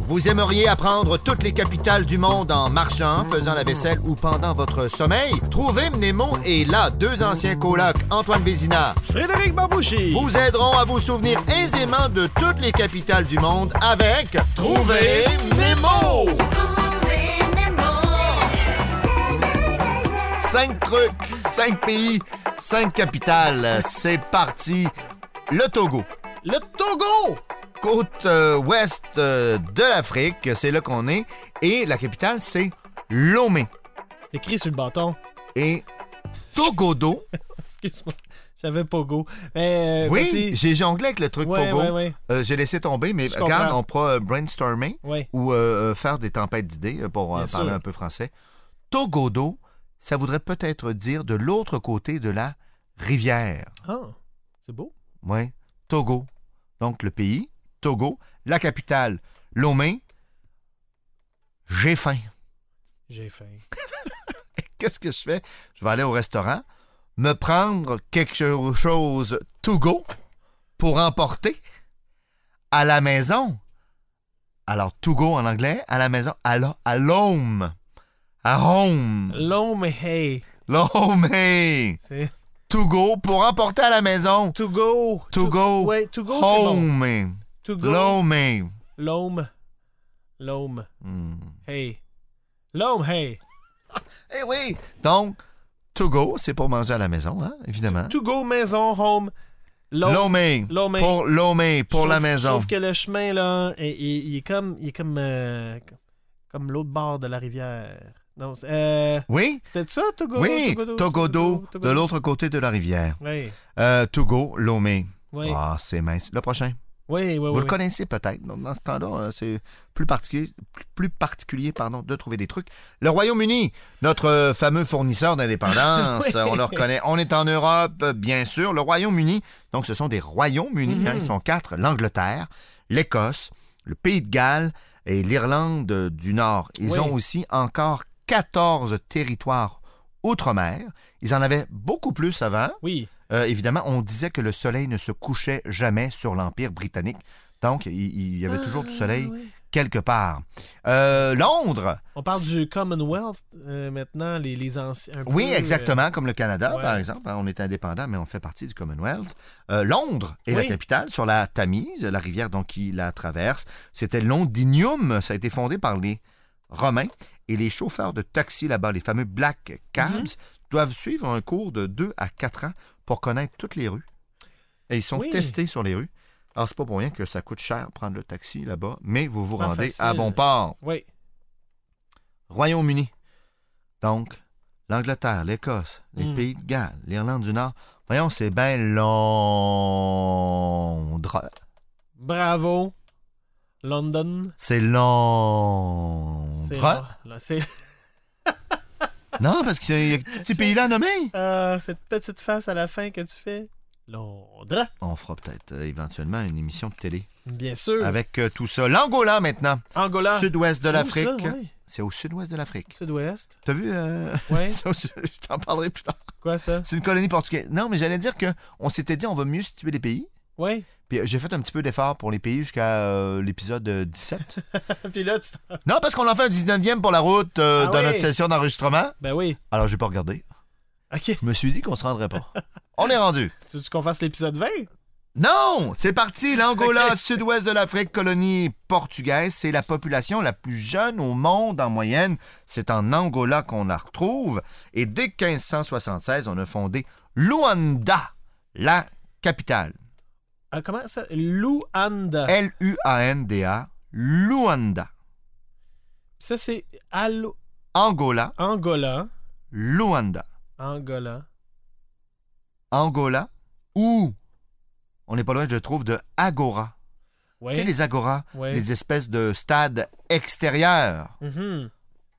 Vous aimeriez apprendre toutes les capitales du monde en marchant, faisant la vaisselle ou pendant votre sommeil? Trouvez Mnemo et là, deux anciens colocs, Antoine Vézina. Frédéric Barbouchi. Vous aideront à vous souvenir aisément de toutes les capitales du monde avec Trouvez Nemo! Cinq trucs, cinq pays, cinq capitales. C'est parti. Le Togo. Le Togo. Côte euh, ouest euh, de l'Afrique, c'est là qu'on est. Et la capitale, c'est Lomé. Écrit sur le bâton. Et Togodo. Excuse-moi. J'avais Pogo. Mais, euh, Oui, voici- j'ai jonglé avec le truc Ouais, Pogo. ouais, ouais. Euh, j'ai laissé tomber, mais Je regarde, comprends. on pourra euh, brainstormer Ouais. ou euh, euh, faire des tempêtes d'idées euh, pour euh, Bien parler sûr. un peu français. Togodo, ça voudrait peut-être dire de l'autre côté de la rivière. Ah, c'est beau. Oui, Togo. Donc le pays, Togo, la capitale, Lomé. J'ai faim. J'ai faim. Qu'est-ce que je fais? Je vais aller au restaurant, me prendre quelque cho- chose to go pour emporter à la maison. Alors, to go en anglais, à la maison, à, la- à l'home. À home. Long, mais hey. L'home, hey. C'est To go pour emporter à la maison. to go. To go. Ouais, to go, c'est bon. Home. hey. To go. L'home. hey. L'homme. L'homme. Hmm. Hey. L'homme, hey. Eh oui! Donc, to go, c'est pour manger à la maison, hein, évidemment. To go, maison, home. L'homme. Lomé. Lomé. Pour Lomé, pour Sauf- la maison. Sauf que le chemin, là, est- il, il est comme, il est comme, euh, comme l'autre bord de la rivière. Non, c'est- euh, Oui? c'était ça, Togo? Oui, Togodo, de l'autre. l'autre côté de la rivière. Oui, Euh, Togo, Lomé. oui, Ah, c'est mince. Le prochain. oui, oui. Vous oui. le connaissez peut-être. Donc, dans ce temps-là, euh, c'est plus particulier, plus particulier pardon, de trouver des trucs. Le Royaume-Uni, notre euh, fameux fournisseur d'indépendance, Oui. on le reconnaît. On est en Europe, euh, bien sûr. Le Royaume-Uni, donc ce sont des Royaumes-Unis, hein, ils sont quatre. L'Angleterre, l'Écosse, le Pays de Galles et l'Irlande euh, du Nord. Ils Oui. ont aussi encore 14 territoires outre-mer. Ils en avaient beaucoup plus avant. Oui, Euh, évidemment, on disait que le soleil ne se couchait jamais sur l'Empire britannique. Donc, il, il y avait toujours du Ah, soleil quelque part. Euh, Londres, on parle du Commonwealth euh, maintenant, les, les anciens. un oui, peu, euh, exactement, comme le Canada, ouais. par exemple. hein, On est indépendant, mais on fait partie du Commonwealth. Euh, Londres est la Oui. capitale sur la Tamise, la rivière donc qui la traverse. C'était Londinium. Ça a été fondé par les Romains. Et les chauffeurs de taxi là-bas, les fameux Black Cabs, Mhm. doivent suivre un cours de 2 à 4 ans pour connaître toutes les rues. Et ils sont Oui. testés sur les rues. Alors, c'est pas pour rien que ça coûte cher prendre le taxi là-bas, mais vous vous Pas rendez à facile. bon port. euh, Oui, Royaume-Uni. Donc, l'Angleterre, l'Écosse, les Mm. pays de Galles, l'Irlande du Nord. Voyons, c'est bien Londres. bravo. London. C'est C'est Londres. là- là, c'est- Non, parce qu'il y a un petit pays là à nommer. Ah, cette petite face à la fin que tu fais. Londres. On fera peut-être euh, éventuellement une émission de télé Bien sûr. avec euh, tout ça. L'Angola maintenant. Angola. Sud-ouest de C'est où, l'Afrique. ça? Ouais. C'est au sud-ouest de l'afrique Sud-ouest. T'as vu? euh, Ouais. ça, je je t'en parlerai plus tard. Quoi ça? C'est une colonie portugaise. Non, mais j'allais dire que on s'était dit on va mieux situer les pays. Oui. Puis euh, j'ai fait un petit peu d'effort pour les pays jusqu'à euh, l'épisode euh, 17. Puis là, tu. t'en- non, parce qu'on en fait un 19e pour la route euh, Ah dans oui. notre session d'enregistrement. Ben oui. Alors, j'ai pas regardé. OK. Je me suis dit qu'on se rendrait pas. On est rendu. Tu veux qu'on fasse l'épisode 20? Non, c'est parti. L'Angola, Ok. sud-ouest de l'Afrique, colonie portugaise, c'est la population la plus jeune au monde en moyenne. C'est en Angola qu'on la retrouve. Et dès 1576, on a fondé Luanda, la capitale. Ah, comment ça? Luanda. L-U-A-N-D-A, Luanda. Ça, c'est Al- Angola, Angola. Luanda, Angola. Angola, ou on n'est pas loin, je trouve, de Agora. Ouais. Tu sais, les agoras, ouais. les espèces de stades extérieurs. Mhm.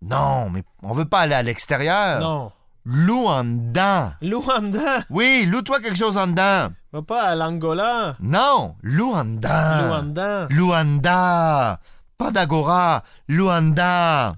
Non, mais on veut pas aller à l'extérieur. Non. Loue en dedans. Luanda. Oui, loue-toi quelque chose en dedans. Va pas à l'Angola. Non, loue en dedans. Luanda. Luanda. Pas d'agora. Luanda.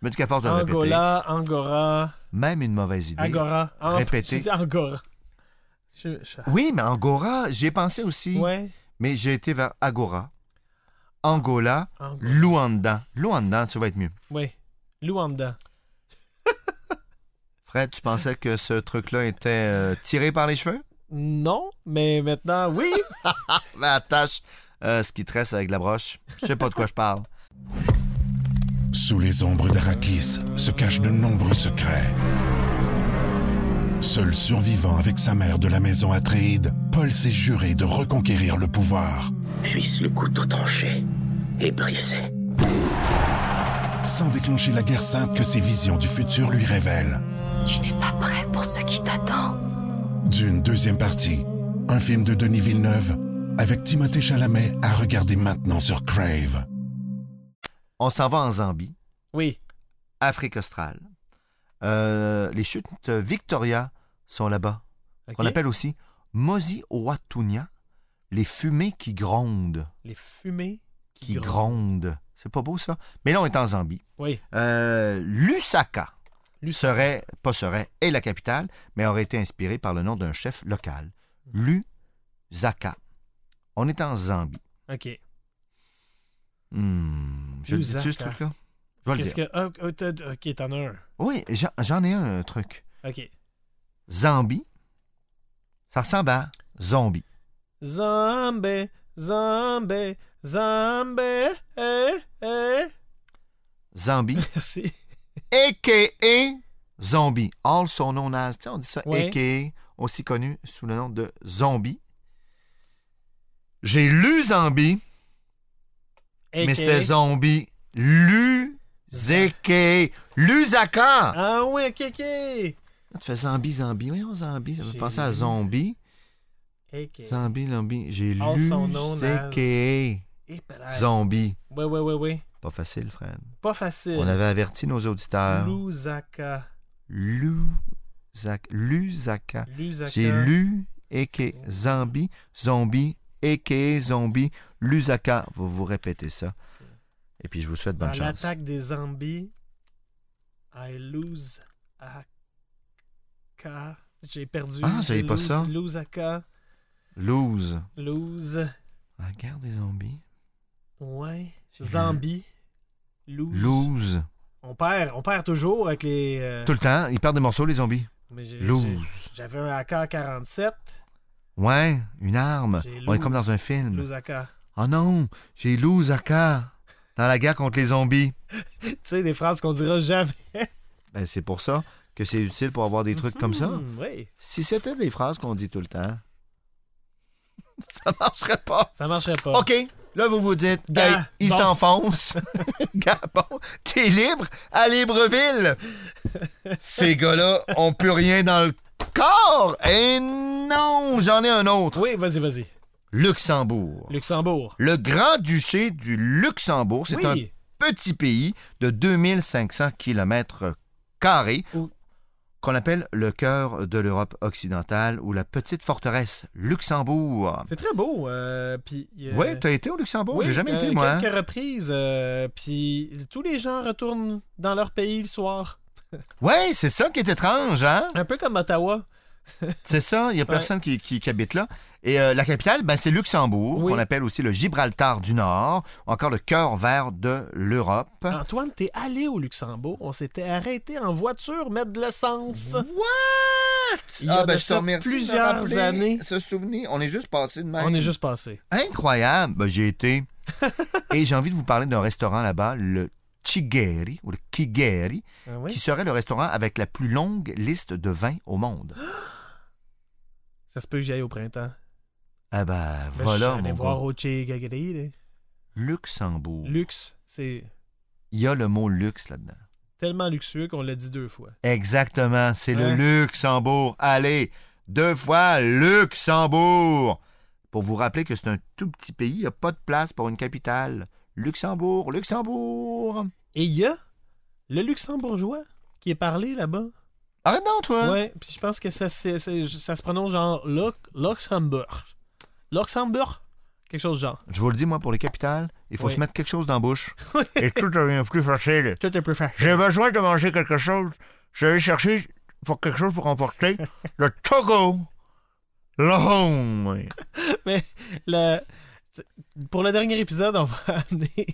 Je me dis qu'à force de le répéter, Angola, Angora, même une mauvaise idée. Agora. An- Répétez. Je dis Angora. Je- je- Oui, mais Angora, j'y ai pensé aussi. Ouais. Mais j'ai été vers Agora, Angola, Ang- Luanda. Luanda, tu vas être mieux. ouais. Luanda. Fred, tu pensais que ce truc-là était euh, tiré par les cheveux? Non, mais maintenant, oui. Ben, attache euh, ce qui te reste avec la broche. Je sais pas de quoi je parle. Sous les ombres d'Arakis se cachent de nombreux secrets. Seul survivant avec sa mère de la maison Atréide, Paul s'est juré de reconquérir le pouvoir. puisse le couteau tranché et brisé. sans déclencher la guerre sainte que ses visions du futur lui révèlent. Tu n'es pas prêt pour ce qui t'attend. D'une deuxième partie, un film de Denis Villeneuve avec Timothée Chalamet à regarder maintenant sur Crave. On s'en va en Zambie, Oui. Afrique australe. Euh, les chutes Victoria sont là-bas, Ok. qu'on appelle aussi Mosi Oatunia, les fumées qui grondent. Les fumées Qui grondent. C'est pas beau, ça? Mais là, on est en Zambie. Oui. Euh, Lusaka Lusaka. serait, pas serait, est la capitale, mais aurait été inspirée par le nom d'un chef local, Lusaka. On est en Zambie. OK. Hmm, je le dis-tu, ce Lusaka. truc-là? Je vais le Qu'est-ce dire. que. ah, ah, t'as- OK, t'en as un. Oui, j'en- j'en ai un, un truc. OK. Zambie, ça ressemble à zombie. Zambé, Zambé, Zambé. Eh, eh. Zambie, Merci. a.k.a. zombie. Also known as, tu sais, on dit ça, Ouais. a.k.a., aussi connu sous le nom de zombie. J'ai lu zombie. Mais c'était zombie. Luzeke. Luzaka. Ah oui, OK, OK. Tu fais zombie, zombie. Voyons, zombie. Ça me fait J'ai penser à lu. zombie. OK. Zombie, zombie. J'ai lu. Also known Zeke. Eh, ben, Zombie. Ouais, ouais, ouais, ouais. Pas facile, Fred. Pas facile. On avait averti nos auditeurs. Lusaka. Luzaka. Luzaka. Lusaka. J'ai lu. Eke. Zombie. Zombie. Eke. Zombie. Luzaka. Vous vous répétez ça. Et puis, je vous souhaite bonne Dans chance. l'attaque des zombies, I lose Aka. J'ai perdu. Ah, j'avais J'ai pas lose- ça. Lose Aka. Lose. Lose. Regarde les zombies. Ouais. J'ai- Zombie. Lose. Lose. On perd, on perd toujours avec les. euh, Tout le temps, ils perdent des morceaux, les zombies. mais j'ai- j'ai- Lose. J'avais un AK-47. Ouais, une arme. J'ai On est lose. comme dans un film. Lose Aka. Oh non, j'ai lose Aka dans la guerre contre les zombies. tu sais, des phrases qu'on dira jamais. Ben, c'est pour ça que c'est utile pour avoir des trucs comme ça. Hmm, oui. Si c'était des phrases qu'on dit tout le temps, ça marcherait pas. Ça marcherait pas. OK, là, vous vous dites, Gars, hey, il Ah, bon. s'enfonce. Gars, bon, t'es libre à Libreville. Ces gars-là ont plus rien dans le corps. Et non, j'en ai un autre. Oui, vas-y, vas-y. Luxembourg. Luxembourg. Le Grand-Duché du Luxembourg, c'est un oui. petit pays de 2500 km carrés Où- qu'on appelle le cœur de l'Europe occidentale ou la petite forteresse Luxembourg. C'est très beau. euh, puis, euh, Oui, t'as été au Luxembourg? oui, J'ai jamais euh, été, moi. hein. Quelques reprises. euh, puis tous les gens retournent dans leur pays le soir. Ouais, c'est ça qui est étrange, hein? Un peu comme Ottawa. C'est ça, il n'y a personne qui, qui- qui habite là. Et euh, la capitale, ben, c'est Luxembourg, Oui. qu'on appelle aussi le Gibraltar du Nord, encore le cœur vert de l'Europe. Antoine, t'es allé au Luxembourg. On s'était arrêté en voiture, mettre de l'essence. Mmh. Il y a Ah, de ben, je te ça remercie de me plusieurs rappeler années. Ce souvenir, on est juste passé de même. On est juste passé. Incroyable! Ben, j'y ai été. Et j'ai envie de vous parler d'un restaurant là-bas, le Chigeri, ou le Kigeri, Ah oui? qui serait le restaurant avec la plus longue liste de vins au monde. Ça se peut que j'y aille au printemps. Ah ben, Mais je suis voilà, allé mon voir gars. au Che Gagari, là. Luxembourg. Luxe, c'est Il y a le mot luxe là-dedans. tellement luxueux qu'on l'a dit deux fois. Exactement, c'est Ouais. le Luxembourg. Allez, deux fois Luxembourg. pour vous rappeler que c'est un tout petit pays, il n'y a pas de place pour une capitale. Luxembourg, Luxembourg! Et il y a le luxembourgeois qui est parlé là-bas. Arrête donc, toi! Ouais, puis je pense que ça, c'est- c'est- ça se prononce genre Lux- Luxembourg. Luxembourg? Quelque chose de genre. Je vous le dis, moi, pour les capitales, il faut Oui. se mettre quelque chose dans la bouche. Et tout devient plus facile. Tout est plus facile. J'ai besoin de manger quelque chose. Je vais chercher pour quelque chose pour emporter. Le Togo. Le home. Le- t- Pour le dernier épisode, on va amener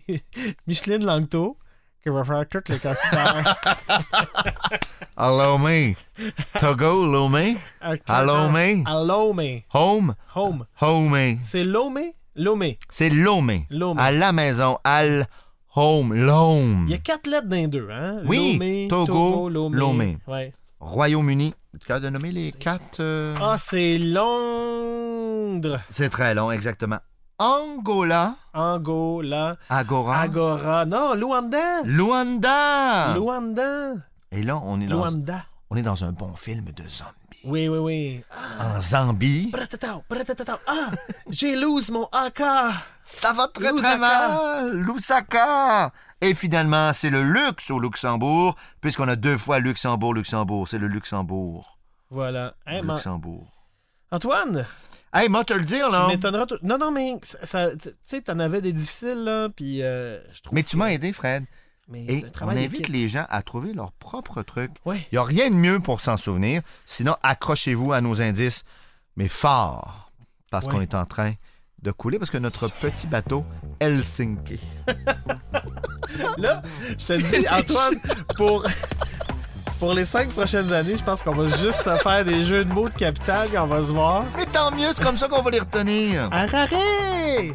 Micheline Langto qui va faire toutes les capitales. Allow me. Togo, Lomé. Lomé. À Lomé. Home. Home. Home. C'est Lomé? Lomé. C'est Lomé. Lomé. À la maison. Al home. L'home. Il y a quatre lettres dans les deux, hein? Hmm. Oui, Lomé, Togo, Lomé. Lomé. Ouais. Royaume-Uni. Tu es capable de nommer les quatre. euh, Ah, c'est Londres. C'est très long, exactement. Angola. Angola. Agora. Agora. Non, Luanda. Ah. Luanda. Luanda. Et là, on est, dans, Luanda. on est dans un bon film de zombies. Oui, oui, oui. En Zambie. Bratatao, bratatao. Ah, j'ai lose mon AK. Ça va très Lusaka. très mal. Lusaka. Et finalement, c'est le luxe au Luxembourg, puisqu'on a deux fois Luxembourg, Luxembourg. C'est le Luxembourg. Voilà. Hey, man- Luxembourg. Antoine, Hey, moi, te le dire, tu là. m'étonneras. tout- Non, non, mais ça- ça- tu sais, t'en avais des difficiles, là, puis euh, je trouve Mais tu que- m'as aidé, Fred. Mais Et c'est un on travail invite d'équipe. les gens à trouver leur propre truc. Ouais. Il n'y a rien de mieux pour s'en souvenir. Sinon, accrochez-vous à nos indices, mais fort, parce Ouais. qu'on est en train de couler, parce que notre petit bateau, Helsinki. Là, je te dis, Antoine, pour, pour les cinq prochaines années, je pense qu'on va juste se faire des jeux de mots de capital et on va se voir. Mais tant mieux, c'est comme ça qu'on va les retenir. À Raré!